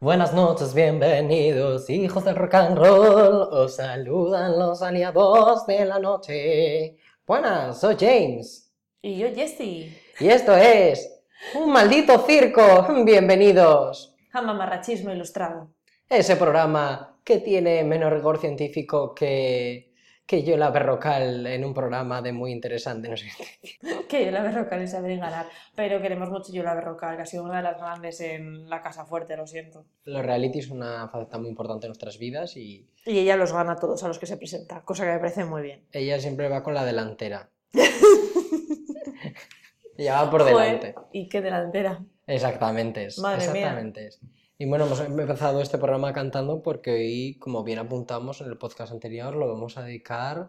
Buenas noches, bienvenidos, hijos del rock and roll. Os saludan los aliados de la noche. Buenas, soy James. Y yo, Jessy. Y esto es Un maldito circo. Bienvenidos. A mamarrachismo ilustrado. Ese programa que tiene menos rigor científico que, que yo la berrocal en un programa de muy interesante. No sé. Que yo la berrocal en saber y ganar. Pero queremos mucho yo la berrocal, que ha sido una de las grandes en la casa fuerte, lo siento. Los reality es una faceta muy importante en nuestras vidas y Y ella los gana a todos a los que se presenta, cosa que me parece muy bien. ella siempre va con la delantera. Ella va por Joder, delante. y qué delantera. Exactamente es. Madre mía. exactamente es. Y bueno, hemos empezado este programa cantando porque hoy, como bien apuntamos en el podcast anterior, lo vamos a dedicar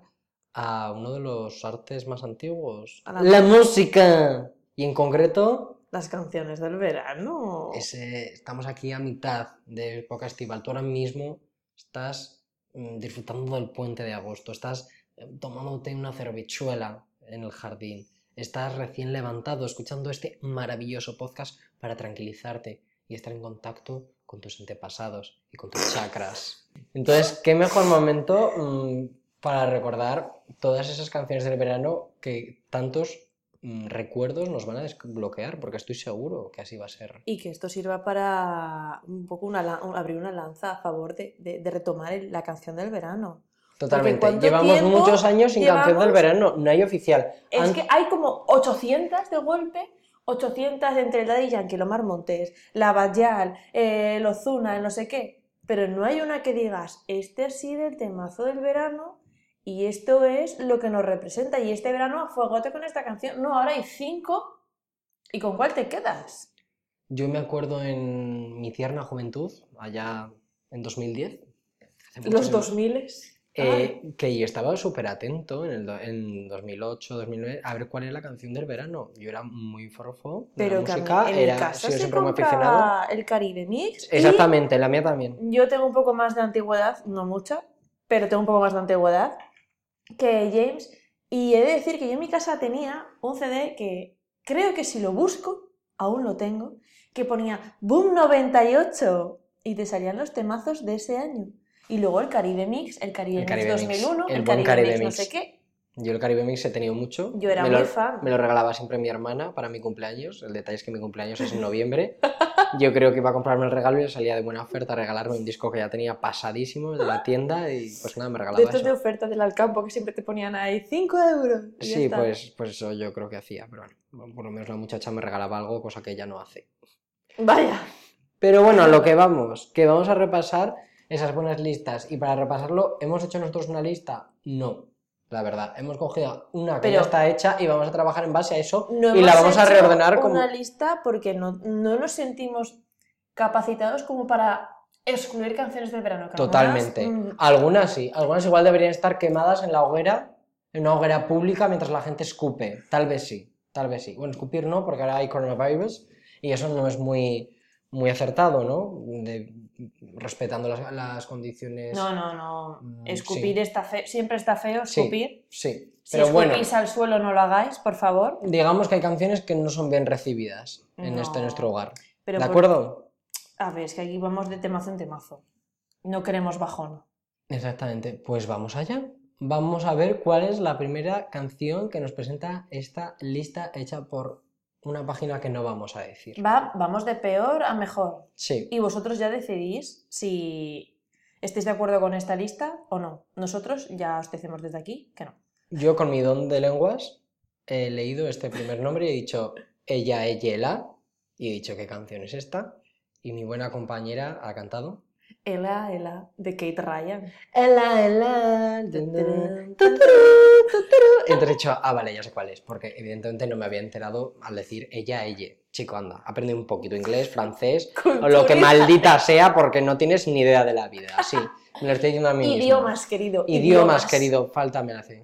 a uno de los artes más antiguos. A la música. Y en concreto, Las canciones del verano. ese- estamos aquí a mitad de época estival. Tú ahora mismo estás mm, disfrutando del puente de agosto, estás eh, tomándote una cervechuela en el jardín, estás recién levantado escuchando este maravilloso podcast para tranquilizarte y estar en contacto con tus antepasados y con tus chakras. Entonces, ¿qué mejor momento mm, para recordar todas esas canciones del verano que tantos mm, recuerdos nos van a desbloquear? Porque estoy seguro que así va a ser. Y que esto sirva para un poco una lan- abrir una lanza a favor de, de- de retomar el- la canción del verano. Totalmente. ¿cuánto Llevamos tiempo muchos años sin canción del llevamos? verano, no hay oficial. Es An- que hay como 800 de golpe, 800 entre Daddy Yankee, Lomar Montes, La Bayal, eh, Lozuna, no sé qué. Pero no hay una que digas, este ha sido el temazo del verano y esto es lo que nos representa. Y este verano a fuegote con esta canción. No, ahora hay cinco. ¿Y con cuál te quedas? Yo me acuerdo en mi tierna juventud, allá en 2010, hace Los Ah. muchísimo- 2000 eh, que yo estaba súper atento en, el do- en 2008, 2009, a ver cuál era la canción del verano. Yo era muy forofo de la Pero que a mí- música, en era, mi he casa sido se siempre muy aficionado. compraba el Caribe Mix. y Exactamente, la mía también. Yo tengo un poco más de antigüedad, no mucha, pero tengo un poco más de antigüedad que James. Y he de decir que yo en mi casa tenía un CD que creo que si lo busco, aún lo tengo, que ponía Boom 98 y te salían los temazos de ese año. Y luego el Caribe Mix, el Caribe, El Caribe Mix, Mix 2001, el el, buen Caribe Caribe, Mix no Mix. sé qué. Yo el Caribe Mix he tenido mucho. Yo era me muy lo, fan. me lo regalaba siempre mi hermana para mi cumpleaños. El detalle es que mi cumpleaños es en noviembre. Yo creo que iba a comprarme el regalo y le salía de buena oferta regalarme un disco que ya tenía pasadísimo de la tienda y pues nada, me De regalaba estos de eso. oferta del Alcampo que siempre te ponían ahí 5 euros. y ya Sí, está. pues, pues eso yo creo que hacía, pero bueno, por lo menos la muchacha me regalaba algo, cosa que ella no hace. Vaya. Pero bueno, a lo que vamos, que vamos a repasar esas buenas listas. Y para repasarlo, ¿hemos hecho nosotros una lista? No, la verdad. Hemos cogido una que Pero- ya está hecha y vamos a trabajar en base a eso No y la hemos vamos a hecho reordenar como... una lista porque no, no nos sentimos capacitados como para excluir canciones del verano. que Totalmente. algunas, mm, Algunas sí, algunas igual deberían estar quemadas en la hoguera, en una hoguera pública mientras la gente escupe. Tal vez sí, tal vez sí. Bueno, escupir no, porque ahora hay coronavirus y eso no es muy, muy acertado, ¿no? De- respetando las, las condiciones. No, no, no. Mm, Escupir sí. está feo. Siempre está feo Sí, escupir. Sí, Si pero bueno, escupís al suelo no lo hagáis, por favor. digamos que hay canciones que no son bien recibidas en este No. nuestro hogar. Pero ¿De por- acuerdo? A ver, es que aquí vamos de temazo en temazo. No queremos bajón. Exactamente. Pues vamos allá. Vamos a ver cuál es la primera canción que nos presenta esta lista hecha por una página que no vamos a decir. Va, vamos de peor a mejor. Sí, Y vosotros ya decidís si estáis de acuerdo con esta lista o no. Nosotros ya os decimos desde aquí que no. yo con mi don de lenguas he leído este primer nombre y he dicho ella, ella, la, y he dicho qué canción es esta. Y mi buena compañera ha cantado. Ela, Ela, de Kate Ryan. Ela, ela, dun, dun. Entonces he dicho, ah, vale, ya sé cuál es, porque evidentemente no me había enterado al decir ella, ella. Chico, anda, aprende un poquito inglés, francés, o lo que maldita sea, porque no tienes ni idea de la vida. Así, me lo estoy diciendo a mí mismo. Idiomas, querido. Idiomas, querido, falta me hace.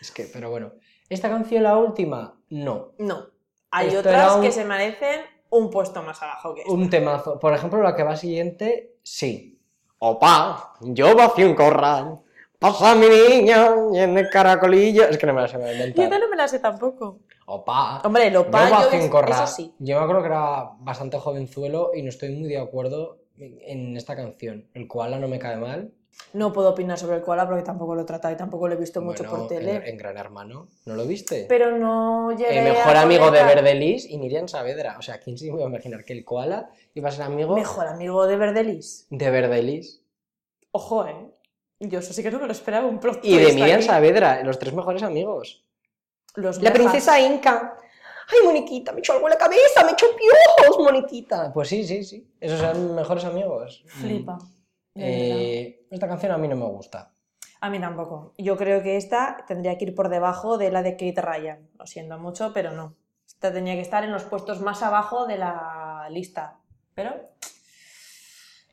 Es que, pero bueno. ¿Esta canción la última? No. No. Hay Esto era otras un- que se merecen un puesto más abajo que esta. Un temazo. Por ejemplo, la que va siguiente, sí. Opa, yo vacío un corral. Pasa mi niña y en el caracolillo. Es que no me la sé me la he Yo inventado. esta no me la sé tampoco. Opa. Hombre, lo Yo payo, vacío un corral. eso sí. Yo me acuerdo que era bastante jovenzuelo y no estoy muy de acuerdo en esta canción. El koala no me cae mal. No puedo opinar sobre el koala porque tampoco lo he tratado y tampoco lo he visto mucho Bueno, por tele. En, en Gran Hermano, ¿no lo viste? Pero no llegué el mejor a amigo de conectar. Verdelis y Miriam Saavedra. O sea, ¿quién se iba a imaginar que el koala iba a ser amigo Mejor amigo de Verdelis. de Verdelis Ojo, ¿eh? Yo eso sí que no me lo esperaba un plot y de twist Miriam ahí. Saavedra? Los tres mejores amigos. Los La mejas. princesa Inca. Ay, Moniquita, me echó algo en la cabeza, me echó piojos, Moniquita. Pues sí, sí, sí. Esos eran mis mejores amigos. Flipa. de verdad. Mm. Eh, esta canción a mí no me gusta. A mí tampoco. Yo creo que esta tendría que ir por debajo de la de Kate Ryan. Lo siento mucho, pero no. Esta tenía que estar en los puestos más abajo de la lista. Pero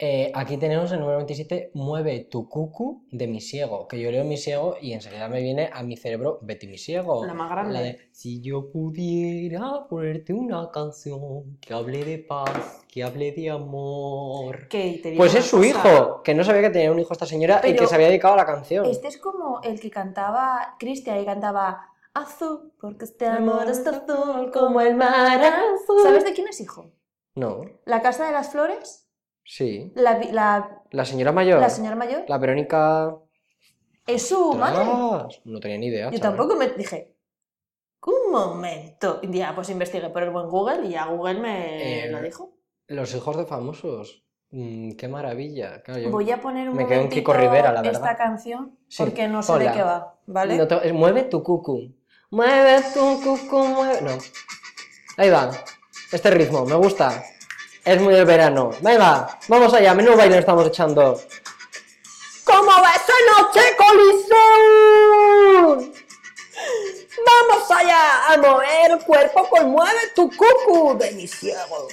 Eh, aquí tenemos el número 27, Mueve tu cucu de Misiego. Que yo leo Misiego y enseguida me viene a mi cerebro Betty Misiego. la más grande. La de Si yo pudiera ponerte una canción que hable de paz, que hable de amor. Kate, te digo Pues una es su cosa. hijo, que no sabía que tenía un hijo esta señora y Pero- que se había dedicado a la canción. Este es como el que cantaba Cristian y cantaba Azul, porque este amor es azul como el mar azul. ¿Sabes de quién es hijo? No, La Casa de las Flores, sí. la, vi- la, La señora mayor. la señora mayor, La Verónica. es su madre. Tras, No tenía ni idea. Yo chaval. tampoco me dije, un momento. Y ya, pues investigué por el buen Google y ya Google me Eh, lo dijo. Los hijos de famosos. Mm, qué maravilla. Claro, yo- Voy a poner un me quedo en Kiko momentito Rivera, la verdad. esta canción Sí, porque no sé hola. de qué va, ¿vale? No te- es- Mueve tu cucu. Mueve tu cucu, mueve. No. Ahí va. Este ritmo, me gusta. Es muy del verano. Venga, vamos allá. Menudo baile nos estamos echando. ¿Cómo va esa noche, Coliseo? Vamos allá a mover el cuerpo con mueve tu cucu de mi ciego.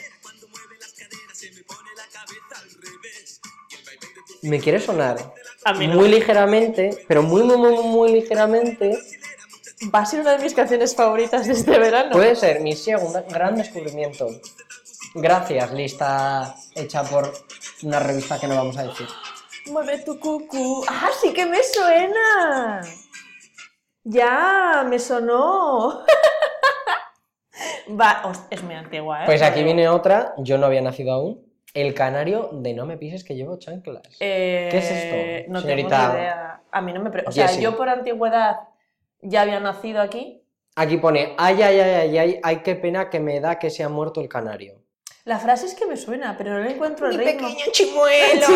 Me quiere sonar. Ah, Muy ligeramente, pero muy, muy, muy, muy ligeramente. Va a ser una de mis canciones favoritas de este verano. Puede ser mi segundo gran descubrimiento. Gracias, lista hecha por una revista que no vamos a decir. Mueve tu cucu. ¡Ah, sí que me suena! Ya, me sonó. Va, host- es muy antigua, ¿eh? Pues aquí viene otra, yo no había nacido aún. El canario de No me pises que llevo chanclas. Eh, ¿Qué es esto, No señorita? tengo ni idea. A mí no me... pre- O sea, Jessie. yo por antigüedad ya había nacido aquí. Aquí pone, ay, ay, ay, ay, ay, ay, qué pena que me da que se ha muerto el canario. La frase es que me suena, pero no le encuentro el Mi ritmo. pequeño chimuelo,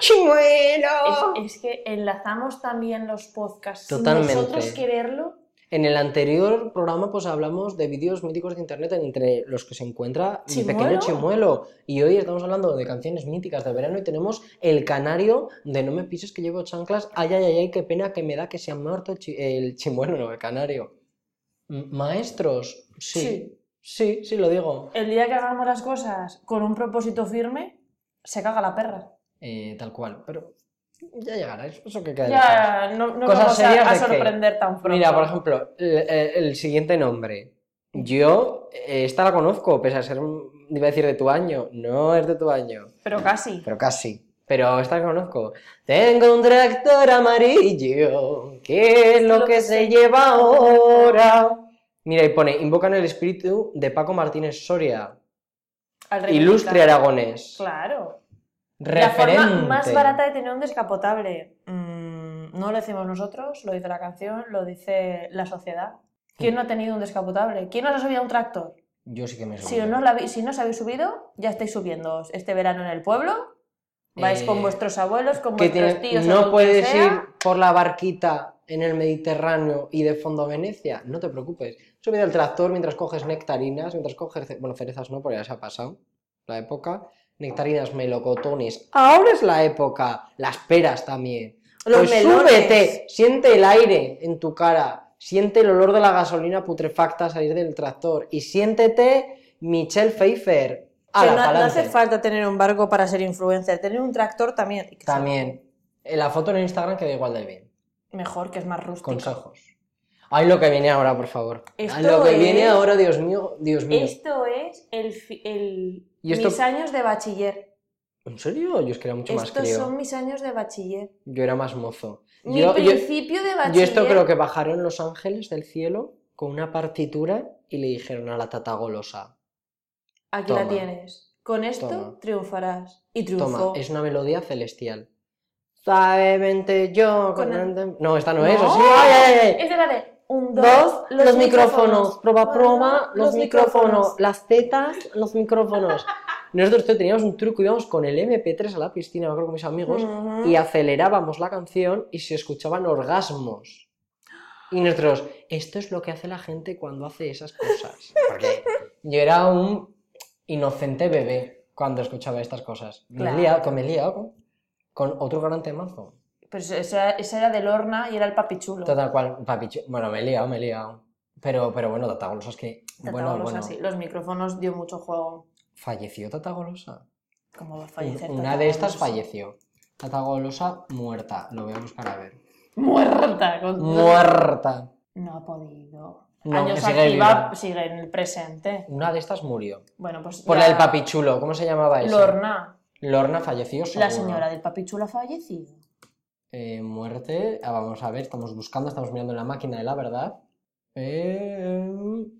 chimuelo. Es, es que enlazamos también los podcasts. sin Totalmente. Nosotros quererlo. En el anterior programa pues hablamos de vídeos míticos de internet entre los que se encuentra Mi Chimuelo. pequeño chimuelo y hoy estamos hablando de canciones míticas de verano y tenemos El canario de No me pises que llevo chanclas, ay ay ay, ay qué pena que me da que se ha muerto el chi- el chimuelo, no el canario. M- Maestros, sí. Sí, sí, lo digo. El día que hagamos las cosas con un propósito firme, se caga la perra. Eh, tal cual, pero ya llegará, es- eso que queda. detrás. Ya, no, no Cosas vamos serias a, a de que- sorprender tan pronto. Mira, por ejemplo, el, el- el siguiente nombre. Yo eh, esta la conozco, pese a ser, mm, iba a decir de tu año, no es de tu año, Pero casi. pero casi. Pero esta la conozco. Tengo un tractor amarillo, que es lo que se lleva ahora. Mira, y pone, invocan el espíritu de Paco Martínez Soria, Al reivindicar. ilustre aragonés. Claro. Referente. La forma más barata de tener un descapotable. Mm, no lo decimos nosotros, lo dice la canción, lo dice la sociedad. ¿Quién no ha tenido un descapotable? ¿Quién no se ha subido a un tractor? Yo sí que me Si subo. no, os la habéis- si no os habéis subido, ya estáis subiendo este verano en el pueblo. Vais Eh, con vuestros abuelos, con que vuestros tiene- tíos. o con no quien puedes sea. ir por la barquita en el Mediterráneo y de fondo a Venecia, no te preocupes. Sube al tractor mientras coges nectarinas, mientras coges, ce- bueno, cerezas no, porque ya se ha pasado la época. Nectarinas, melocotones. Ahora es la época. Las peras también. Los Pues melones. súbete, siente el aire en tu cara, siente el olor de la gasolina putrefacta salir del tractor y siéntete Michelle Pfeiffer. Que Ala, no, no pa'lante. hace falta tener un barco para ser influencer. Tener un tractor también. y que sea También. eh, La foto en Instagram queda igual de bien. Mejor, que es más rústico. Consejos. Ay, lo que viene ahora, por favor. Ay, Esto lo que viene es- ahora, Dios mío, Dios mío. Esto es el, fi- el- Y esto- mis años de bachiller. ¿En serio? Yo es que era mucho más Estos crío. son mis años de bachiller. Yo era más mozo. Mi Yo, yo- principio de bachiller. yo esto creo que bajaron los ángeles del cielo con una partitura y le dijeron a la tata golosa. Aquí la Toma. tienes. Con esto Toma. triunfarás. Y Toma, triunfó. es una melodía celestial. Suavemente yo. Con el- con- No, esta no, es. No. ¿o ¿eh? sí? Ay, ay, ay. Es de la de un, dos, Dos, los, micrófonos. Proba, Ah, proba, los, micrófonos. micrófonos. Las tetas, los micrófonos. Nosotros tío, teníamos un truco, íbamos con el MP3 a la piscina, me acuerdo con mis amigos, Ujú. y acelerábamos la canción y se escuchaban orgasmos. Y nosotros, esto es lo que hace la gente cuando hace esas cosas. Porque yo era un inocente bebé cuando escuchaba estas cosas. Me he Claro. liado- que me he liado con- con otro gran temazo. Pero eso- Pues esa, esa era de Lorna y era el papichulo. Total cual, papi, chu- bueno, me he liado, me he liado. Pero, pero bueno, Tata Golosa es que, Tata bueno, Golosa, bueno, sí. Los micrófonos dio mucho juego. falleció Tata Golosa. ¿Cómo va a fallecer? Una Tata de estas Golosa? falleció. Tata Golosa muerta, lo voy a buscar a ver. Muerta. Con... Muerta. No ha podido. No, Años sigue aquí viva. va, sigue en el presente. Una de estas murió. Bueno, pues. Por la- la del papichulo, ¿cómo se llamaba esa? Lorna, Lorna falleció, seguro. la señora del papichulo ha fallecido. Eh, muerte, ah, vamos a ver, estamos buscando, estamos mirando en la máquina de la verdad. Eh,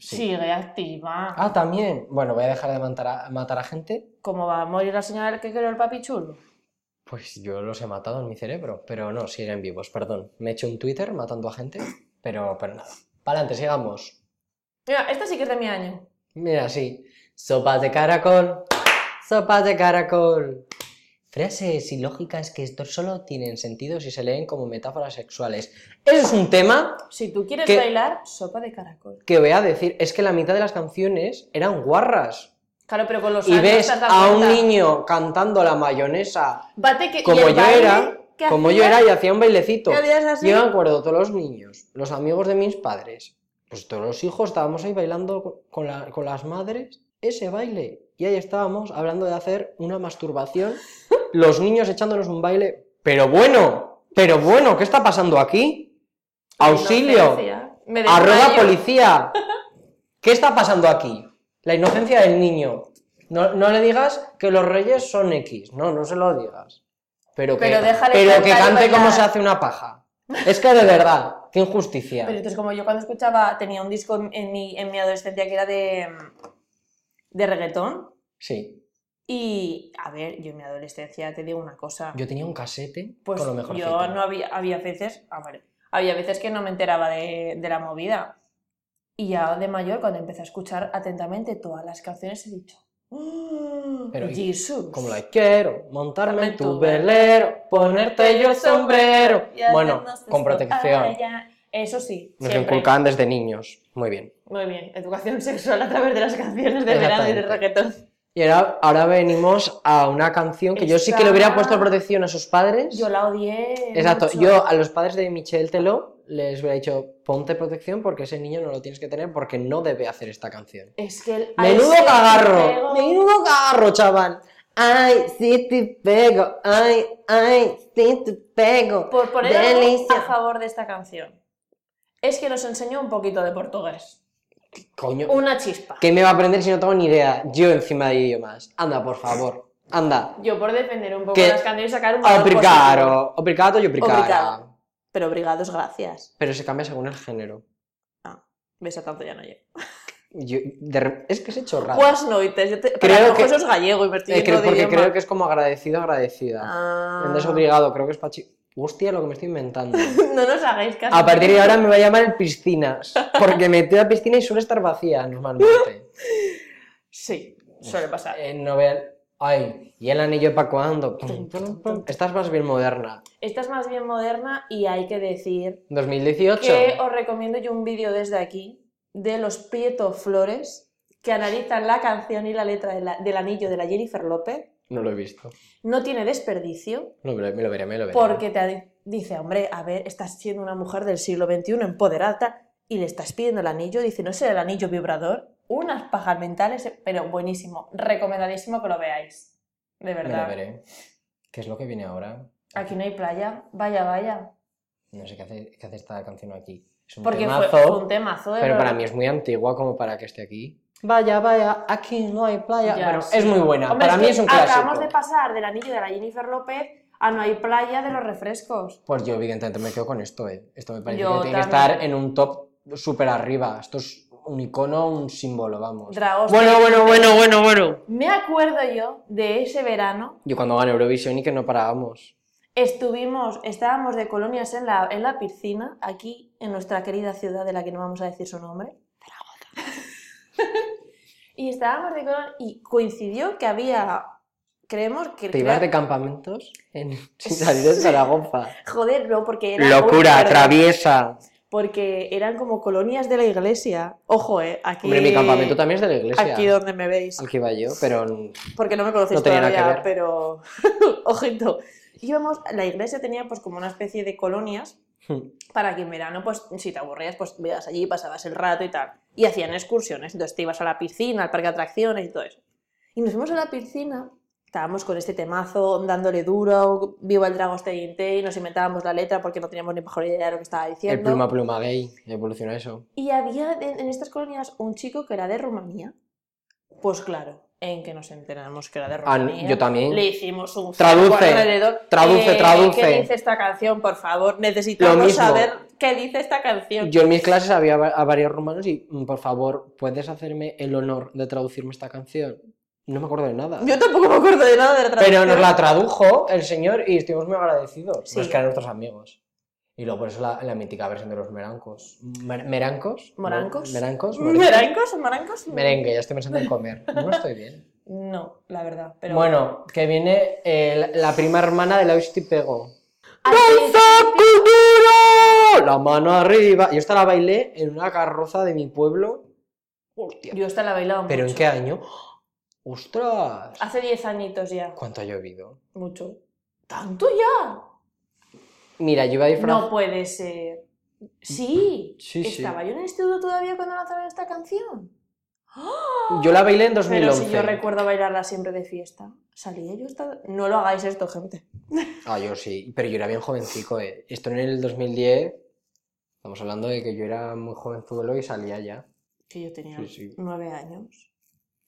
sí. Sigue activa. Ah, también. Bueno, voy a dejar de matar a- matar a gente ¿Cómo va a morir la señora del que creó el papichulo? Pues yo los he matado en mi cerebro, pero no, siguen vivos, perdón. Me he hecho un Twitter matando a gente, pero, pero nada. Para adelante, sigamos. Mira, esta sí que es de mi año. Mira, sí. Sopas de caracol, sopas de caracol. Frases ilógicas que esto solo tienen sentido si se leen como metáforas sexuales. Eso es un tema Si tú quieres ¿Qué? bailar, sopa de caracol. que voy a decir, es que la mitad de las canciones eran guarras. Claro, pero con los Y años te ves has dado a un cuenta. niño cantando la mayonesa Bate que, y como el yo baile era, que como yo hacías, era y hacía un bailecito. que hacías así. Yo me acuerdo, todos los niños, los amigos de mis padres, pues todos los hijos estábamos ahí bailando co- con, la- con las madres ese baile. Y ahí estábamos hablando de hacer una masturbación, los niños echándonos un baile. Pero bueno, pero bueno, ¿qué está pasando aquí? Auxilio, Inocencia. Me arroba desmayo. policía. ¿Qué está pasando aquí? La inocencia del niño. No, no le digas que los reyes son X, no, no se lo digas. Pero que, Pero déjale pero que cantar y cante como bailar. se hace una paja. Es que de verdad, qué injusticia. Pero entonces, como yo cuando escuchaba, tenía un disco en- en mi, en mi adolescencia que era de, de reggaetón. Sí, Y, a ver, yo en mi adolescencia te digo una cosa. yo tenía un casete pues con lo mejor. yo no había, había veces, ah, vale, había veces que no me enteraba de, de la movida. Y ya de mayor, cuando empecé a escuchar atentamente todas las canciones, he dicho, "Mm, Pero, ¿y Jesús. Como la quiero, montarme en Dame tu tu velero, ponerte yo el sombrero. Ya Bueno, no sé con si- Ah, protección. ya. Eso sí, Nos lo siempre. inculcaban desde niños. Muy bien. Muy bien, educación sexual a través de las canciones de verano y de Exactamente. reggaetón. Y ahora, ahora venimos a una canción que yo sí que le hubiera puesto protección a sus padres. Yo la odié. Exacto, mucho. yo a los padres de Michelle Teló les hubiera dicho, ponte protección porque ese niño no lo tienes que tener porque no debe hacer esta canción. Es que el- ay, Menudo sí, cagarro, luego- menudo cagarro, chaval. Ay, sí te pego, ay, ay, sí te pego. Por poner algo Delicia. a favor de esta canción. Es que nos enseñó un poquito de portugués. Coño, Una chispa. ¿qué me va a aprender si no tengo ni idea? Yo encima de idiomas. Anda, por favor, anda. Yo por defender un poco Que- las canciones sacar un valor positivo. Obrigado, obrigado y obrigada. Obrigado. Pero obrigados, gracias. Pero se cambia según el género. Ves a tanto ya no llego. Yo- de re- es que es hecho raro. Buenas noites. Yo te... Pero Creo a lo mejor que- eso es gallego y me estoy Eh, creo- yendo de porque idioma. creo que es como agradecido, agradecida. Ah. En desobligado, creo que es pachi. Hostia, lo que me estoy inventando. No nos hagáis caso. ¿eh? A partir de ahora me va a llamar el piscinas. Porque me metí a piscina y suele estar vacía normalmente. Sí, suele pasar. Eh, no vean. Ay, ¿y el anillo para cuándo? Pum, pum, pum. Estás más bien moderna. Esta es más bien moderna y hay que decir 2018. que os recomiendo yo un vídeo desde aquí de los Prieto Flores que analizan la canción y la letra de la- del anillo de la Jennifer López. No lo he visto. No tiene desperdicio. No, me, lo, me lo veré, me lo veré. Porque te ha- dice, hombre, a ver, estás siendo una mujer del siglo XXI empoderada y le estás pidiendo el anillo. Dice, no será el anillo vibrador. Unas pajas mentales, pero buenísimo. Recomendadísimo que lo veáis. De Me lo verdad. veré. ¿Qué es lo que viene ahora? Aquí no hay playa. Vaya, vaya. No sé qué hace, qué hace esta canción aquí. Es un Porque fue, temazo. fue un temazo. de Pero verdad. para mí es muy antigua como para que esté aquí. Vaya, vaya, aquí no hay playa. Ya, bueno, sí. es muy buena. Hombre, para mí que es un Acabamos clásico. de pasar del anillo de la Jennifer López a no hay playa de los refrescos. Pues yo evidentemente me quedo con esto, eh. Esto me parece Yo que tiene que también. estar en un top súper arriba. Esto es un icono, un símbolo, vamos. Dragos. Bueno, bueno, bueno, bueno, bueno. Me acuerdo yo de ese verano, Yo cuando gano Eurovisión y que no parábamos. estuvimos, estábamos de colonias en la, en la piscina, aquí en nuestra querida ciudad de la que no vamos a decir su nombre. y estábamos de colonias y coincidió que había, creemos que... ¿Te ibas que de campamentos en- sin salir de Zaragoza? era- Joder, no, porque era... Locura, Uy, perdón. traviesa. porque eran como colonias de la iglesia. Ojo, eh, aquí. Hombre, mi campamento también es de la iglesia. Aquí donde me veis. Al que iba yo, pero n- Porque no me conocéis No tenía nada todavía, que ver. pero. Ojito. Íbamos, la iglesia tenía pues como una especie de colonias Hmm. para que en verano, pues si te aburrías, pues ibas allí, pasabas el rato y tal. Y hacían excursiones, entonces te ibas a la piscina, al parque de atracciones y todo eso. Y nos fuimos a la piscina, estábamos con este temazo, dándole duro, viva el dragón y nos inventábamos la letra porque no teníamos ni mejor idea de lo que estaba diciendo. el pluma pluma gay evolucionó eso. Y había en, en estas colonias un chico que era de Rumanía. Pues claro, en que nos enteramos que era de Ah, Rumanía. yo también. Le hicimos un Traduce, circo alrededor. Eh, traduce, traduce. ¿Qué dice esta canción, por favor? Necesitamos mismo. saber qué dice esta canción. Yo en mis clases había va- a varios romanos y, mm, por favor, ¿puedes hacerme el honor de traducirme esta canción? No me acuerdo de nada. Yo tampoco me acuerdo de nada de la traducción. Pero nos la tradujo el señor y estuvimos muy agradecidos. Sí. Nos quedaron nuestros amigos. Y luego por eso la, la mítica versión de los merancos. Mer- ¿Merancos? ¿Morancos? ¿Merancos? Mm, ¿Merancos? ¿Merancos? ¿Merancos? Merengue, ya estoy pensando en comer. No estoy bien. No, la verdad. Pero... Bueno, que viene eh, la, la prima hermana de la Osti Pego. Al ¡Danza principio- cultura! La mano arriba. Yo esta la bailé en una carroza de mi pueblo. Hostia. Yo esta la he bailado ¿Pero en mucho. qué año? ¡Ostras! Hace 10 añitos ya. ¿Cuánto ha llovido? Mucho. ¿Tanto ya? Mira, yo iba a disfrazar. No puede ser. Sí, Sí, sí. estaba yo en el estudio todavía cuando lanzaron esta canción. ¡Ah! Yo la bailé en 2011. Pero si yo recuerdo bailarla siempre de fiesta. Salía yo hasta... No lo hagáis esto, gente. Ah, yo sí, pero yo era bien jovencico, eh. Esto en el 2010, estamos hablando de que yo era muy jovenzuelo y salía ya. Que yo tenía Sí, sí. nueve años.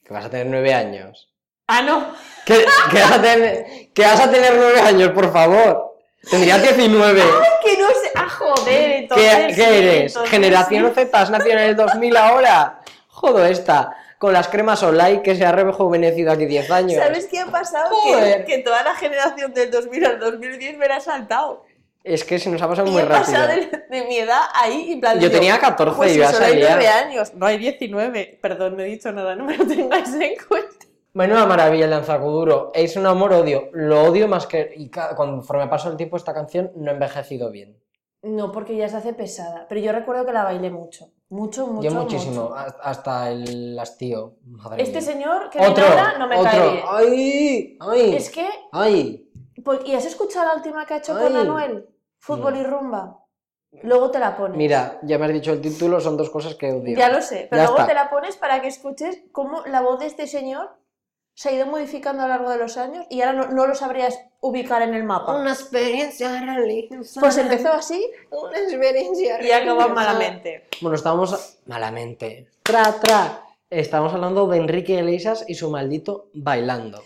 Que vas a tener nueve años. ¡Ah, no! ¿Qué, qué vas, a tener, que vas a tener nueve años, por favor? Tendrías 19. ¡Que no sé! ¡Ah, joder! ¿Qué, Entonces, qué sí, eres? entonces ¿Generación sí. Z? ¿Has nacido en el 2000 ahora? Jodo esta, con las cremas online que se ha rejuvenecido aquí 10 años. ¿Sabes qué ha pasado? Que, Joder. que toda la generación del 2000 al 2010 me la ha saltado. Es que se nos ha pasado y muy he rápido. pasado de, de mi edad ahí y en plan... Yo digo, tenía 14 Pues y si iba a solo hay salir. 9 años, no hay 19. Perdón, no he dicho nada, no me lo tengáis en cuenta. Menuda maravilla el Danzacuduro. Es un amor-odio. Lo odio más que. Y ca- conforme pasa el tiempo, esta canción no ha envejecido bien. No, porque ya se hace pesada. Pero yo recuerdo que la bailé mucho. Mucho, mucho. Yo muchísimo. mucho. ha- Hasta el hastío. Madre Este mía. señor que Otro. viene ahora no me otro. cae bien. ¡Ay! ¡Ay! Es que. ¡Ay! pues, ¿Y has escuchado la última que ha hecho con Ay. Anuel? Fútbol No. y rumba. Luego te la pones. Mira, ya me has dicho el título, son dos cosas que odio. Ya lo sé, pero Ya luego está. te la pones para que escuches cómo la voz de este señor se ha ido modificando a lo largo de los años y ahora no, no lo sabrías ubicar en el mapa. experiencia religiosa. Pues empezó así Una experiencia y acabó malamente. Bueno, estamos malamente. Tra, tra. Estamos hablando de Enrique Iglesias y su maldito bailando.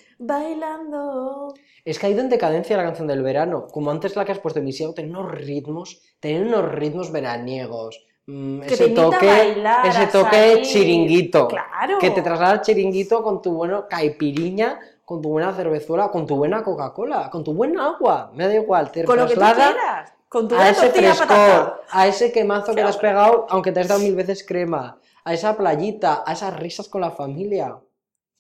Bailando. Es que ha ido en decadencia la canción del verano. Como antes la que has puesto iniciado, tenía unos ritmos, tenía unos ritmos veraniegos. mm, Que te ese invita a toque, bailar, ese a toque salir. chiringuito. Claro. Que te traslada al chiringuito con tu bueno caipiriña, con tu buena cervezuela, con tu buena Coca-Cola, con tu buen agua. Me da igual, te Con lo que tú traslada quieras. Con tu a buena ese tortilla patata. frescor, a ese quemazo que te has Claro. pegado, aunque te has dado mil veces crema, a esa playita, a esas risas con la familia.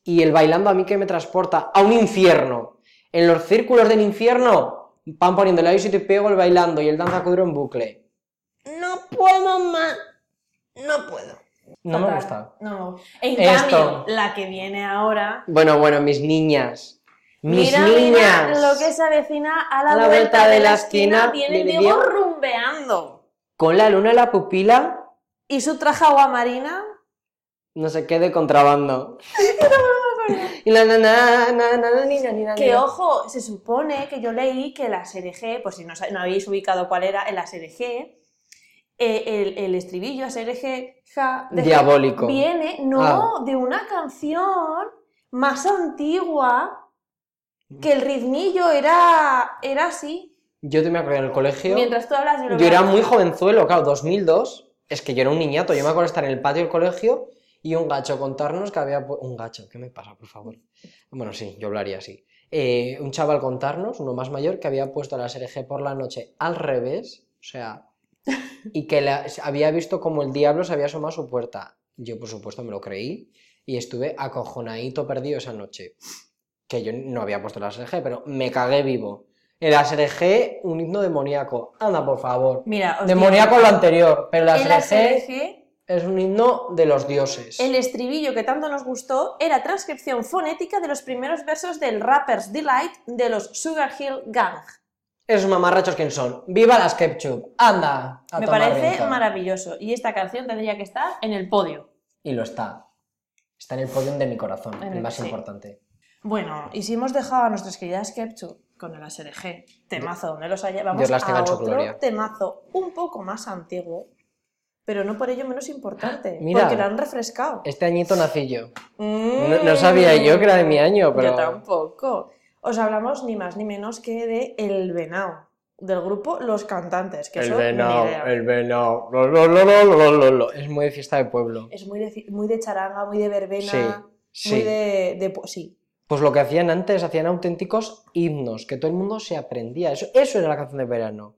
Y el bailando a mí que me transporta a un infierno. En los círculos del infierno van poniendo el y te pego el bailando y el danza cudro en bucle. No puedo más. No puedo. No me Fatal. gusta. No. En Esto. cambio, la que viene ahora. Bueno, bueno, mis niñas. Mis mira, niñas. mira lo que se avecina a la, vuelta, de la esquina. viene viene Diego, Diego. rumbeando. Con la luna en la pupila, Y su traje aguamarina. no se quede contrabando. y la na na na na na ni na ni na ni Que na. ojo, se supone que yo leí que la SRG, pues si no, sa- no habéis ubicado cuál era, en la SRG, eh, el, el estribillo SRG ja, de- Diabólico. viene, no, Ah. de una canción más antigua que el ritmillo era, era así. Yo te me acuerdo en el colegio. Mientras tú hablas, lo Yo voy a- era muy jovenzuelo, claro, 2002. Es que yo era un niñato, yo me acuerdo estar en el patio del colegio y un gacho contarnos que había... pu- Un gacho, ¿qué me pasa, por favor? Bueno, sí, yo hablaría así. Eh, un chaval contarnos, uno más mayor, que había puesto la SRG por la noche al revés, o sea, y que la- había visto como el diablo se había asomado a su puerta. Yo, por supuesto, me lo creí y estuve acojonadito perdido esa noche. Que yo no había puesto la SRG, pero me cagué vivo. El SRG, un himno demoníaco. Anda, por favor. Mira, os digo, Demoníaco lo anterior, pero la el SRG ASRG, es un himno de los dioses. el estribillo que tanto nos gustó era transcripción fonética de los primeros versos del Rapper's Delight de los Sugar Hill Gang. Esos mamarrachos quién son. ¡Viva las ketchup! ¡Anda! a Me tomar parece viento. maravilloso. Y esta canción tendría que estar en el podio. Y lo está. Está en el podium de mi corazón, En el el- más sí. importante. Bueno, y si hemos dejado a nuestras queridas Kepchu con el ASRG, temazo donde los haya, vamos Dios las tenga a en su otro gloria. temazo un poco más antiguo, pero no por ello menos importante, Mira. porque lo han refrescado. Este añito nací yo. No, Mm. no sabía yo que era de mi año, Yo pero. tampoco. Os hablamos ni más ni menos que de El Venao, del grupo Los Cantantes, que son venao, ni idea. el venao. lo, lo, lo, lo, lo, lo, lo, lo. Es muy de fiesta de pueblo. Es muy de, fi- muy de charanga, muy de verbena, Sí, muy sí. de, de po- Sí, Pues lo que hacían antes, hacían auténticos himnos, que todo el mundo se aprendía. Eso, eso era la canción de verano.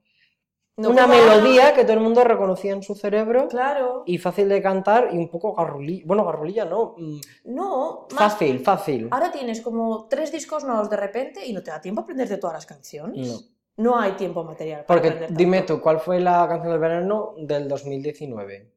No Una como- melodía que todo el mundo reconocía en su cerebro Claro. y fácil de cantar y un poco garrulilla. Bueno, garrulilla no. mm, No, más- Fácil, fácil. Ahora tienes como tres discos nuevos de repente y no te da tiempo a aprenderte todas las canciones. No. No hay tiempo material para Porque aprender tanto. dime tú, ¿cuál fue la canción del verano del 2019?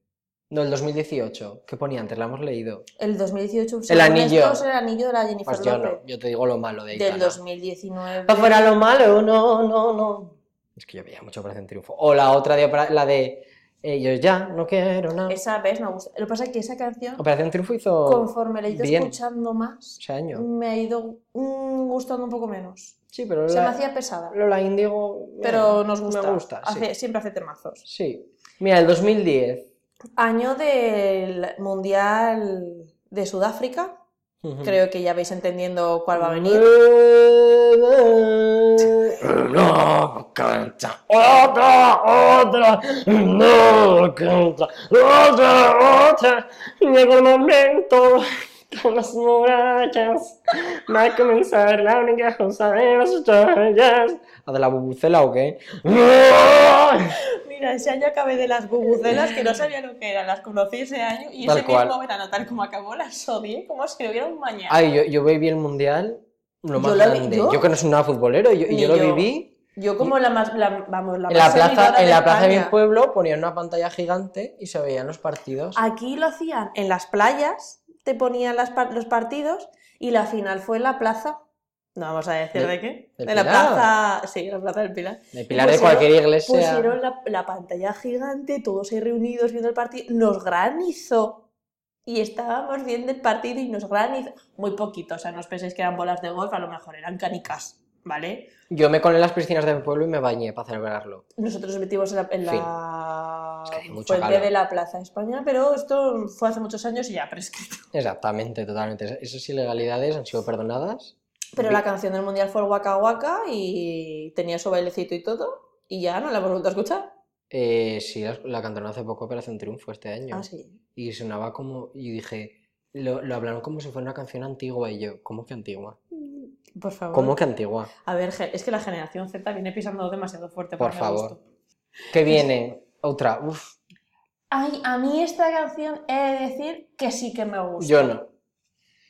No, del 2018. ¿Qué ponía antes? La hemos leído. El 2018 El según anillo. estos, el anillo de la Jennifer Pues yo López. no, yo te digo lo malo de Del Aitana. 2019. Pa' fuera lo malo, no, no, no. Es que yo veía mucho Operación Triunfo. O la otra de Opera- la de Ellos ya no quiero nada. Esa vez me gusta. Lo que pasa es que esa canción, Operación Triunfo hizo conforme la he ido Oh, bien. escuchando más, ese año. me ha ido mm, gustando un poco menos. Sí, pero Se me Lola, hacía pesada. Lola Índigo. eh, Pero nos gusta. Me gusta, sí. Hace- Siempre hace temazos. Sí. Mira, el 2010. Año del Mundial de Sudáfrica. Creo que ya vais entendiendo cuál va a venir. No cancha, otra, otra, no cancha, otra, otra. Llegó el momento con las murallas. Va a comenzar la única cosa de las estrellas. ¿A de la bubucela o qué? Mira, ese año acabé de las bubucelas que no sabía lo que eran, las conocí ese año y Tal ese cual. mismo verano, tal como acabó, las odié como si lo hubiera un mañana. Ay, yo, yo viví el mundial. Lo más Yo la vi- grande. yo- Yo que no soy nada futbolero, yo, Ni yo lo yo. viví. Yo como la más, la- vamos, la en la más plaza, seguidora en de la plaza de mi España. pueblo ponían una pantalla gigante y se veían los partidos. Aquí lo hacían en las playas, te ponían las par- los partidos y la final fue en la plaza. No vamos a decir Del- de, qué. del de la Pilar. plaza, sí, la plaza del Pilar. de pilar de pusieron- cualquier iglesia. pues Pusieron la, la pantalla gigante, todos ahí reunidos viendo el partido. Nos granizó. Y estábamos viendo el partido y nos granizó. Muy poquito, o sea, no os penséis que eran bolas de golf, a lo mejor eran canicas, ¿vale? Yo me colé en las piscinas de mi pueblo y me bañé para celebrarlo. Nosotros nos metimos en la, en la Es que hace mucho fuente calor. de la Plaza España, pero esto fue hace muchos años y ya prescrito. Exactamente, totalmente. Esas ilegalidades han sido perdonadas. Pero Vi- la canción del mundial fue el Waka Waka y tenía su bailecito y todo, y ya no la hemos vuelto a escuchar. Eh, sí, la, la cantaron hace poco Operación Triunfo este año. Ah, sí. Y sonaba como. Y dije. Lo, lo hablaron como si fuera una canción antigua y yo, ¿cómo que antigua? Por favor. ¿Cómo que antigua? A ver, ge- es que la generación Z viene pisando demasiado fuerte Por para mi favor. gusto. Pues Que viene otra, uff, Ay, a mí esta canción he de decir que sí que me gusta. Pues Yo no.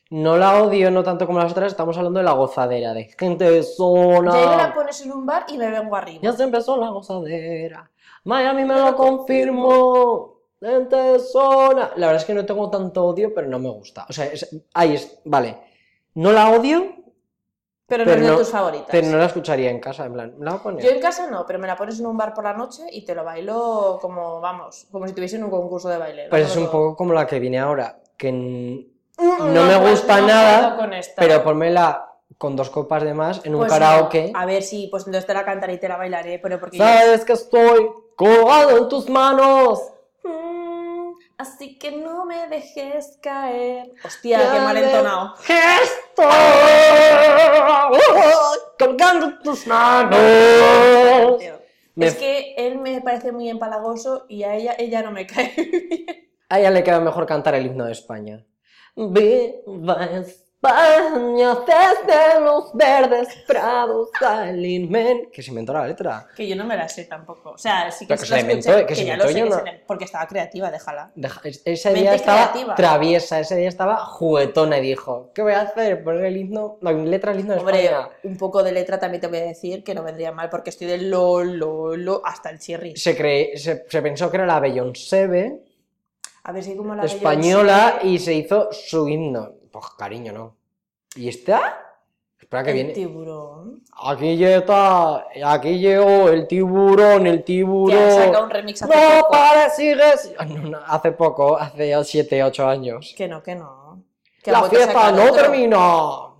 No la odio, no tanto como las otras, estamos hablando de la gozadera, de gente de zona. Ya me la pones en un bar y me vengo Ya arriba. se empezó la gozadera. Miami me lo confirmó. Gente de zona. La verdad es que no tengo tanto odio, pero no me gusta. O sea, es- ahí es, vale. No la odio, Pero, Pero no es de no- tus favoritas. pero no la escucharía en casa. En plan, ¿me la voy a poner? Yo en casa no, pero me la pones en un bar por la noche y te lo bailo como, vamos, como si estuviese en un concurso de baile. Pues ¿no? es un Todo. poco como la que viene ahora, que n- Mm, no me puedo- gusta no nada, puedo con esta. pero ponmela con dos copas de más en un Pues no. karaoke. A ver, sí, pues entonces te la cantaré y te la bailaré, pero porque... yo- Sabes que estoy colgado en tus manos. Mm, así que no me dejes caer. Hostia, Ya qué mal ves. entonado. Estoy colgando en tus manos. Me- Es que él me parece muy empalagoso y a ella, ella no me cae bien. A ella le queda mejor cantar el himno de España. Viva España desde los verdes prados al inmen... Que se inventó la letra. Que yo no me la sé tampoco. O sea, sí que, Pero que la se inventó, escuché, que se ya inventó lo sé, yo que no- se le- porque estaba creativa, déjala. Deja- es- ese Mente día estaba creativa. traviesa, ese día estaba juguetona y dijo, ¿qué voy a hacer? Poner el himno, la letra del himno de Hombre, España. un poco de letra también te voy a decir que no vendría mal porque estoy de lo, lo, lo hasta el cherry. Se, cree, se, se pensó que era la Beyoncé A ver si como la española y se hizo su himno. Pues cariño, no. ¿Y está? Espera que el viene. tiburón. Aquí ya está, aquí llegó el tiburón, el Que han sacado tiburón. un remix hace No, poco. para, sigues. Ah, no, no, hace poco, hace 7, 8 años. Que no, que no. Que han La vuelto a fiesta sacar no otro. termina.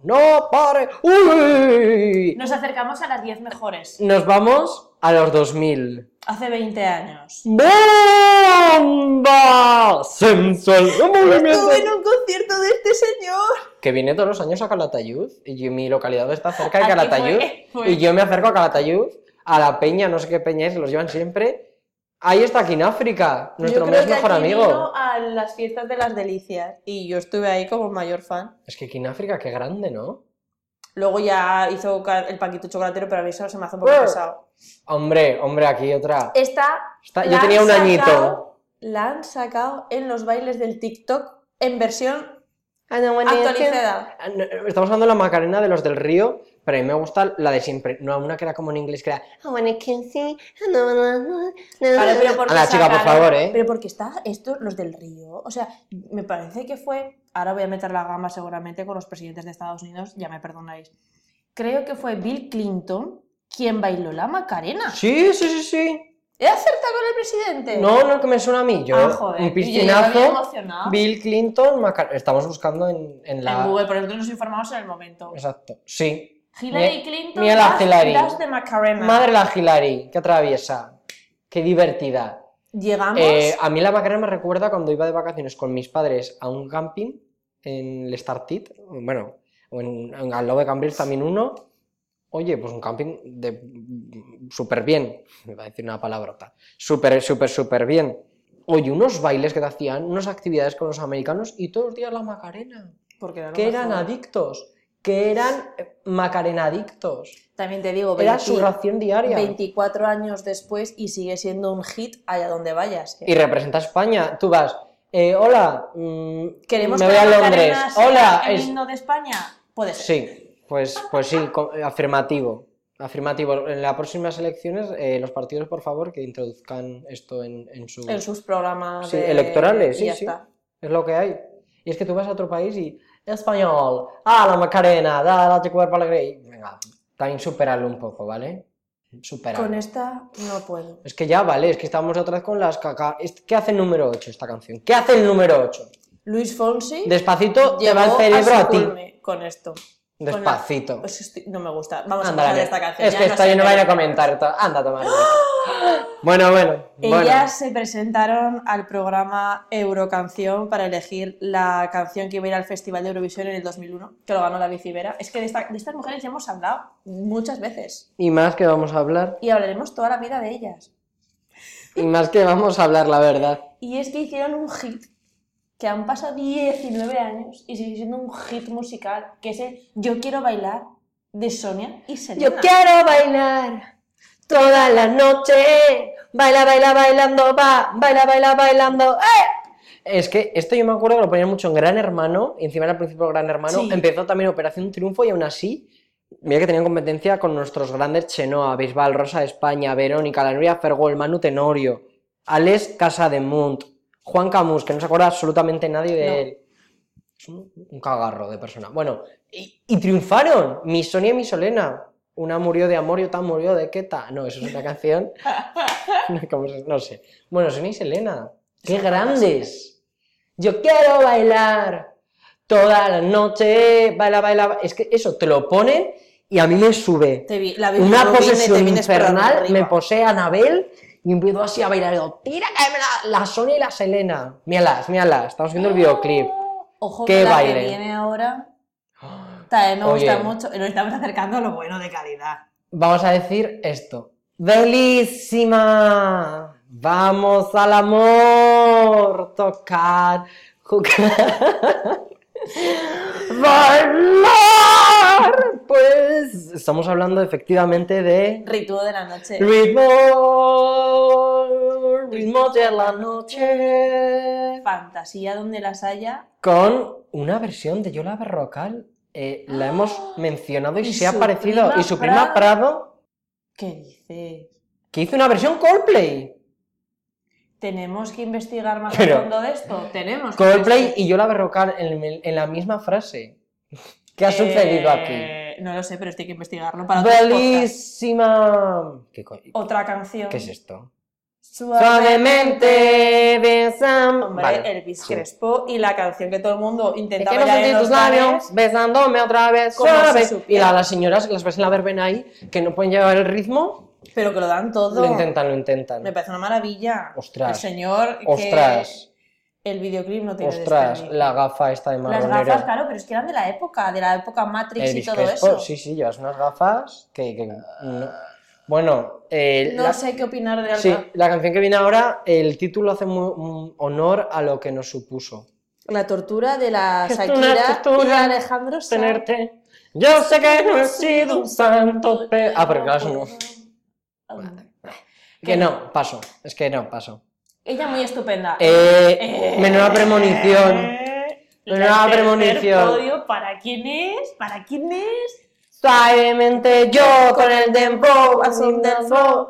No pare. ¡Uy! Nos acercamos a las 10 mejores. Nos vamos a los 2000. Hace 20 años. ¡Bomba! Sensual. ¡Un movimiento! Estuve en un concierto de este señor. Que viene todos los años a Calatayud. Y yo- mi localidad está cerca de Aquí fue- Calatayud. fue. Y yo me acerco a Calatayud, a la peña, no sé qué peña es, los llevan siempre. Ahí está Kináfrica, nuestro Yo creo mes que mejor aquí amigo. vino a las fiestas de las delicias y yo estuve ahí como mayor fan. Es que Kináfrica, qué grande, ¿no? Luego ya hizo ca- el paquito chocolatero, pero a mí eso se me hace un poco Brr. pesado. Hombre, hombre, aquí otra. Esta Está- la yo han tenía un añito. sacado- La han sacado en los bailes del TikTok en versión actualizada. Ah, no, Estamos hablando de la Macarena de los del Río, pero a mí me gusta la de siempre. No, una que era como en inglés, que era. "I wanna kiss you, I wanna- wanna- wanna-". Vale, pero ¿por a qué la chica, por sacaron? favor, ¿eh? Pero porque está esto, los del río. O sea, me parece que fue. Ahora voy a meter la gama seguramente con los presidentes de Estados Unidos, ya me perdonáis. Creo que fue Bill Clinton quien bailó la Macarena. Sí, sí, sí, sí. ¿He acertado con el presidente? No, no, que me suena a mí. Yo, Ah, joder. un Y yo ya me había piscinazo. emocionado. Bill Clinton, Macarena. Estamos buscando en, en la. En Google, pero nosotros nos informamos en el momento. Exacto, sí. Hillary Mie- Clinton, mira la das- Hillary. das de Macarena. Madre la Hillary, qué traviesa. Qué divertida. Llegamos. Eh, a mí la Macarena me recuerda cuando iba de vacaciones con mis padres a un camping en el Startit, bueno, o en, en- al lado de Cambrils también uno. Oye, pues un camping de súper bien, me va a decir una palabrota, súper, súper, súper bien. Oye, unos bailes que te hacían, unas actividades con los americanos y todos los días la Macarena. porque era lo Que eran mejor. adictos, que eran eh, macarenadictos. También te digo, Era su 20 ración diaria. 24 años después y sigue siendo un hit allá donde vayas. ¿eh? y representa a España. Tú vas, eh, hola, mm, Queremos me que voy a la Macarena Londres. sea Hola, el es- himno de España. Puede ser. sí, pues, pues sí, co- eh, afirmativo. Afirmativo. En las próximas elecciones, eh, los partidos, por favor, que introduzcan esto en, en su... En sus programas Sí, de- electorales, y sí, ya sí. está. Es lo que hay. Y es que tú vas a otro país y... Español, a la Macarena, da la tu cuerpo alegre. Y, Venga, también superarlo un poco, ¿vale? Superarlo. Con esta no puedo. Es que ya vale, es que estamos otra vez con las caca. es- ¿Qué hace el número 8 esta canción? ¿Qué hace el número 8? Luis Fonsi Despacito te va el llegó cerebro a, a, su ti. culme con esto. Con la- Despacito. Pues estoy- no me gusta. Vamos Anda, a pasar la de que- esta canción. es ya que no está sé lleno qué- de comentarios. to- Anda, tomar. bueno, bueno. bueno. Ellas se presentaron al programa Eurocanción para elegir la canción que iba a ir al Festival de Eurovisión en el 2001, que lo ganó la Vicivera. Es que de, esta- de estas mujeres ya hemos hablado muchas veces Y más que vamos a hablar. y hablaremos toda la vida de ellas. Y más que vamos a hablar la verdad. Y es que hicieron un hit que han pasado 19 años y sigue siendo un hit musical, que es el Yo quiero bailar de Sonia y Selena. quiero bailar toda la noche. Baila, baila, bailando, va. Baila, baila, bailando. Es que esto yo me acuerdo que lo ponían mucho en Gran Hermano. y encima era el principio Gran Hermano. Sí. Empezó también Operación Triunfo y aún así. Mira que tenían competencia con nuestros grandes Chenoa, Bisbal, Rosa de España, Verónica, La Nuria Fergol, Manu Tenorio, Alex Casademunt, Juan Camus, que no se acuerda absolutamente nadie de No. él. Es un, un cagarro de persona. Bueno, y, y triunfaron. Mi Sonia y mi Solena. Una murió de amor y otra murió de queta. No, eso es una canción. ¿Cómo se- no sé. Bueno, Sonia y Selena. ¡Qué grandes! Yo quiero bailar toda la noche. Baila, baila. ba- Es que eso te lo ponen y a mí me sube. Te vi- la vi- Una lo vi, te posesión vienes por infernal. arriba. Me posee Anabel y empiezo así a bailar. Digo, tira, cáeme la, la Sonia y la Selena. Míalas, míalas. Estamos viendo el videoclip. Ojo Qué que la baile. que viene ahora también me gusta Oye. mucho. Nos estamos acercando a lo bueno de calidad. Vamos a decir esto. Belísima. Vamos al amor. Tocar, jugar. Bailar. Pues estamos hablando efectivamente de Ritual de la noche. ritmo, ritmo de la noche. Fantasía donde las haya. Con una versión de Yola Berrocal. Eh, la hemos mencionado y, Y se ha su parecido. prima Y su prima Prado. Prado, ¿Qué dices? que hizo una versión Coldplay. Tenemos que investigar más Pero- a fondo de esto. Tenemos. que Coldplay investigar. y Yola Berrocal en, en la misma frase. ¿Qué ha sucedido aquí? Eh, No lo sé, pero esto hay que investigarlo para otros podcasts. Belísima. ¿Qué, co- Otra canción. qué es esto? Suavemente. besam. Hombre, Vale, Elvis sí. Crespo y la canción que todo el mundo Que intentaba quiero bailar sentir en tus los bares. labios besándome otra vez Como suave. si supiera. Y a las señoras que las ves en la verbena ahí, que no pueden llevar el ritmo, Pero que lo dan todo. lo intentan, lo intentan. Me parece una maravilla. Ostras. El señor. que- Ostras, El videoclip no tiene ostras, desperdicio. la gafa esta de Las marronero. gafas, claro, pero es que eran de la época, de la época Matrix y Elvis todo Crespo, eso. Sí, sí, llevas unas gafas que... que no- Bueno, eh, No la, sé qué opinar de la sí, la canción que viene ahora, el título hace mu- un honor a lo que nos supuso. La tortura de la Que es una Shakira tortura y de Alejandro Sanz. Tenerte. Yo sé que no he sido un santo, pero... Ah, pero claro, eso no. Que no, paso. Es que no, paso. Ella muy estupenda. Eh, menuda premonición. menuda El tercer premonición. podio, ¿Para quién es? ¿Para quién es? Suavemente yo con el dembow, al son del flow.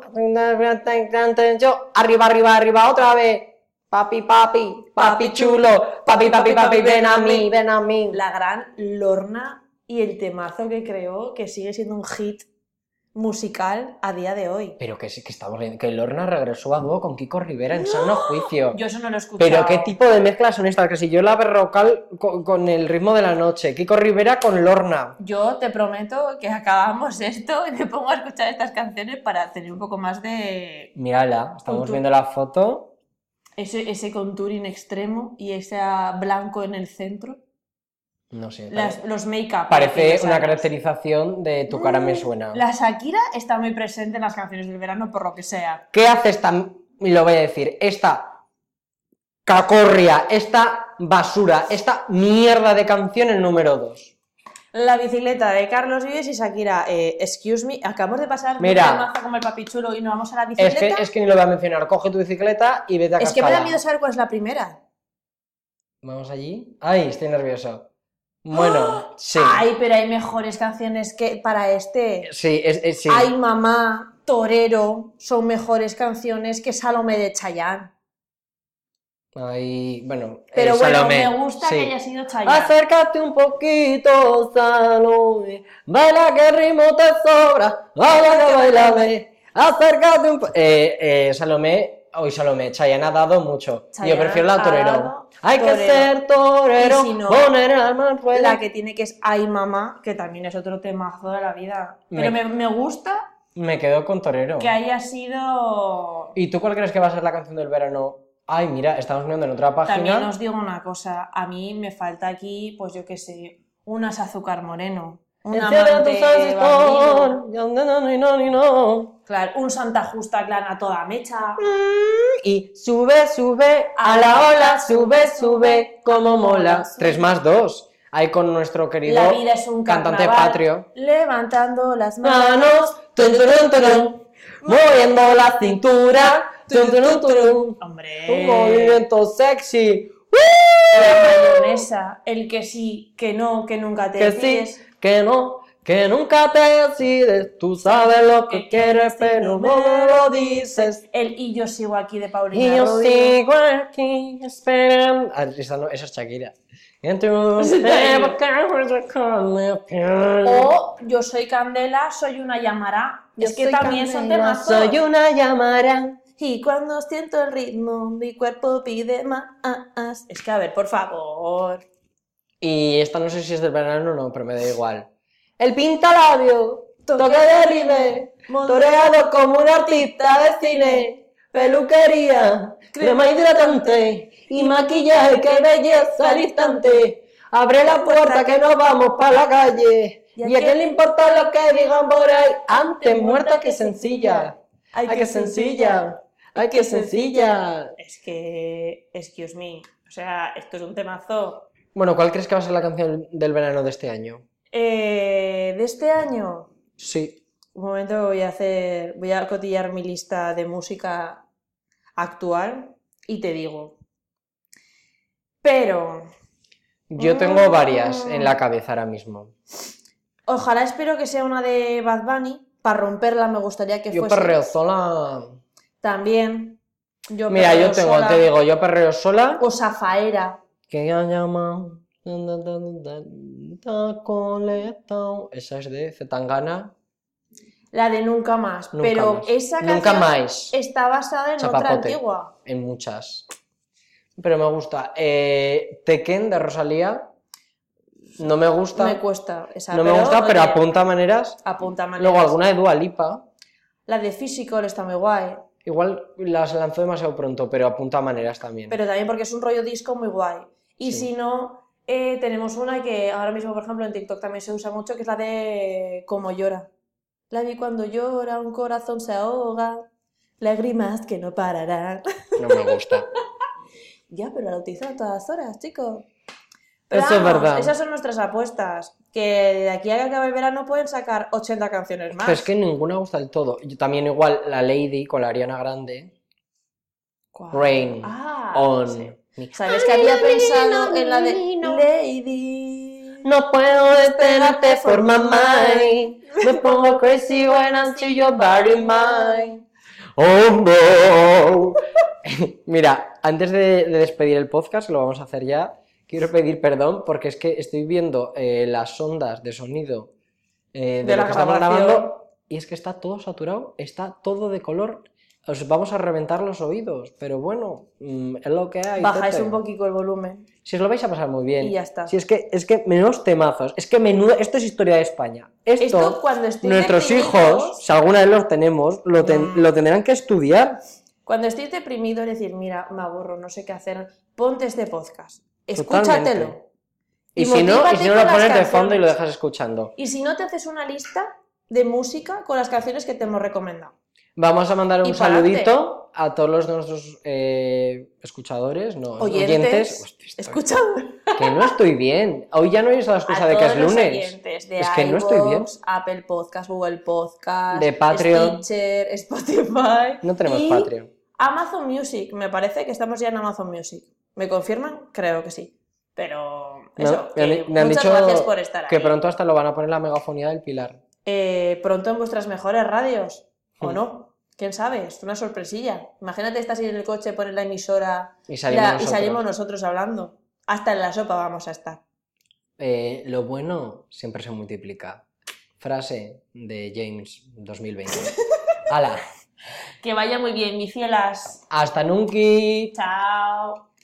yo arriba, arriba, arriba otra vez. Papi, papi, papi chulo, papi, papi, papi, ven a mí, ven a mí. La gran Lorna y el temazo que creó, que sigue siendo un hit musical a día de hoy. Pero que sí que estamos viendo que Lorna regresó a dúo con Kiko Rivera en sano juicio. Yo eso no lo he escuchado. Pero qué tipo de mezclas son estas, que si yo la berrocal con, con el ritmo de la noche, Kiko Rivera con Lorna. Yo te prometo que acabamos esto y me pongo a escuchar estas canciones para tener un poco más de Mírala, estamos Ujú. viendo la foto. ese, ese contouring extremo y ese blanco en el centro. No sé. Las- los make-up. Parece una característica caracterización de tu cara me suena. La Shakira está muy presente en las canciones del verano, por lo que sea. ¿Qué hace esta, y lo voy a decir, esta cacorria, esta basura, esta mierda de canción el número 2? La bicicleta de Carlos Vives y Shakira. eh, excuse me, acabamos de pasar de Mira. un mazo como el papichulo y nos vamos a la Es que, bicicleta. es que ni lo voy a mencionar. Coge tu bicicleta y vete a Es que me da Cascada. miedo saber cuál es la primera. Vamos allí. Ay, estoy nervioso. Bueno, sí. Ay, pero hay mejores canciones que para este. Sí, es, es- sí. Ay, mamá, Torero, son mejores canciones que Salomé de Chayanne. Ay, bueno. eh, Pero bueno, Salomé, me gusta sí. Ah, que haya sido Chayanne. Acércate un poquito, Salome. Baila que el ritmo te sobra. Baila que bailame. Acércate un poquito. Eh, eh, Salomé, hoy Salomé, Chayanne ha dado mucho. Chayanne Yo prefiero la ha torero. dado Hay que torero. ser torero, Y si no, poner el alma en rueda. La que tiene que es Ay, mamá, que también es otro temazo de la vida. Pero Me- me, me gusta Me quedo con torero. que haya sido. ¿Y tú cuál crees que va a ser la canción del verano? Ay, mira, estamos viendo en otra También página. os digo una cosa, a mí me falta aquí, pues yo qué sé, unas azúcar moreno, un Enciende amante tu bandido, transistor. No, no, no, no, no, no. claro, un Santa Justa clan a toda mecha. Y sube, sube, a la ola, sube, sube, como mola. 3 más 2. Ahí con nuestro querido La vida es un cantante carnaval. patrio. Ah, Levantando las manos. Manos, tun, turun, turun, moviendo la cintura. tun, turun, turun. Un Hombre, movimiento sexy. la mayonesa, el que sí, que no, que nunca te Que decides. sí, que no, que nunca te decides. Tú sabes lo que quieres, pero no me lo dices. El y yo sigo aquí de Paulina Y yo Rubio. sigo aquí esperando. Ah, esa, no, esa es Shakira. Entre un Sí. tema que me recuerda que- O yo soy Candela, soy una llamará. Yo es que soy también son Candela, temas. Soy una llamara. Y cuando siento el ritmo, mi cuerpo pide más. Es que, a ver, por favor. Y esta no sé si es del verano o no, pero me da igual. El pintalabio, toque de rime, toreado como un artista de cine, peluquería, crema hidratante y maquillaje, que belleza al instante. Abre la puerta que nos vamos para la calle. Y a quién le importa lo que digan por ahí, antes muerta que sencilla. Ay, ¡Ay, qué sencilla! ¡Ay, qué sencilla! Es que, excuse me, o sea, esto es un temazo. Bueno, ¿cuál crees que va a ser la canción del verano de este año? Eh, de este año, Sí. un momento voy a hacer, voy a cotillar mi lista de música actual y te digo. Pero, Yo tengo varias en la cabeza ahora mismo. ojalá espero que sea una de Bad Bunny. Para romperla me gustaría que Yo fuese. perreo sola. También. Yo Mira, perreo yo tengo, sola. te digo, yo perreo sola. O Zafaera. Que ya llama. tan, tan, tan, tan, tan, coletao. Esa es de Zetangana. La de Nunca Más. Nunca pero más. esa canción Nunca más. está basada en otra Chapapote. antigua. En muchas. Pero me gusta. Eh, Tekken de Rosalía. No me gusta. Me cuesta esa. no me gusta, pero oye, apunta maneras. apunta maneras. Luego alguna de Dua Lipa. La de Physical está muy guay. Igual las lanzó demasiado pronto, pero apunta maneras también. Pero también porque es un rollo disco muy guay. Y Sí. si no, eh, tenemos una que ahora mismo, por ejemplo, en TikTok también se usa mucho, que es la de Como llora. La vi cuando llora, un corazón se ahoga, lágrimas que no pararán. No me gusta. Ya, pero la utilizan a todas horas, chicos. Eso es verdad. Esas son nuestras apuestas. Que de aquí a que acabe el verano pueden sacar 80 canciones más. Pero es que ninguna gusta del todo. Yo también igual la Lady con la Ariana Grande. ¿Cuál? Rain Ah, on. sí. me. ¿Sabes que había Ay, pensado no, en la de no. Lady? No puedo detenerte for my mind. Me pongo crazy when I see your body mine. Oh no. Mira, antes de, de despedir el podcast, que lo vamos a hacer ya, quiero pedir perdón porque es que estoy viendo eh, las ondas de sonido eh, de, lo De la que estamos grabación. grabando y es que está todo saturado, está todo de color. Os vamos a reventar los oídos, pero bueno, mm, es lo que hay. Bajáis tete. un poquito el volumen Si os lo vais a pasar muy bien. y ya está. Si es que, es que menos temazos, es que menudo, esto es historia de España. Esto, Esto cuando estoy de nuestros hijos, primeros- si alguna vez los tenemos, lo, ten- Mm. lo tendrán que estudiar. Cuando estés deprimido, decir, mira, me aburro, no sé qué hacer, ponte este podcast, Totalmente. escúchatelo. Y, si no, y motívate si no con lo las pones de fondo y lo canciones. dejas escuchando. Y si no, te haces una lista de música con las canciones que te hemos recomendado. Vamos a mandar Y un pa'lante. saludito a todos los nuestros eh, escuchadores, no, Oyentes. oyentes. Hostia, estoy- Escucha Que no estoy bien. Hoy ya no es la excusa a de que todos es los lunes. oyentes de Es que no estoy bien. iVoox, Apple Podcast, Google Podcast, De Patreon. Stitcher, Spotify, No tenemos Y- Patreon. Amazon Music. Me parece que estamos ya en Amazon Music. ¿Me confirman? Creo que sí. Pero No, eso, me han- que me han muchas dicho gracias por estar Que ahí. pronto hasta lo van a poner la megafonía del Pilar. Eh, pronto en vuestras mejores radios. ¿O Mm. no? ¿Quién sabe? Es una sorpresilla. Imagínate, estás ahí en el coche, pones la emisora Y salimos la- y nosotros. salimos nosotros hablando. Hasta en la sopa vamos a estar. Eh, lo bueno siempre se multiplica. Frase de James 2020. ¡Hala! Que vaya muy bien, mis cielas. ¡Hasta nunca! Chao.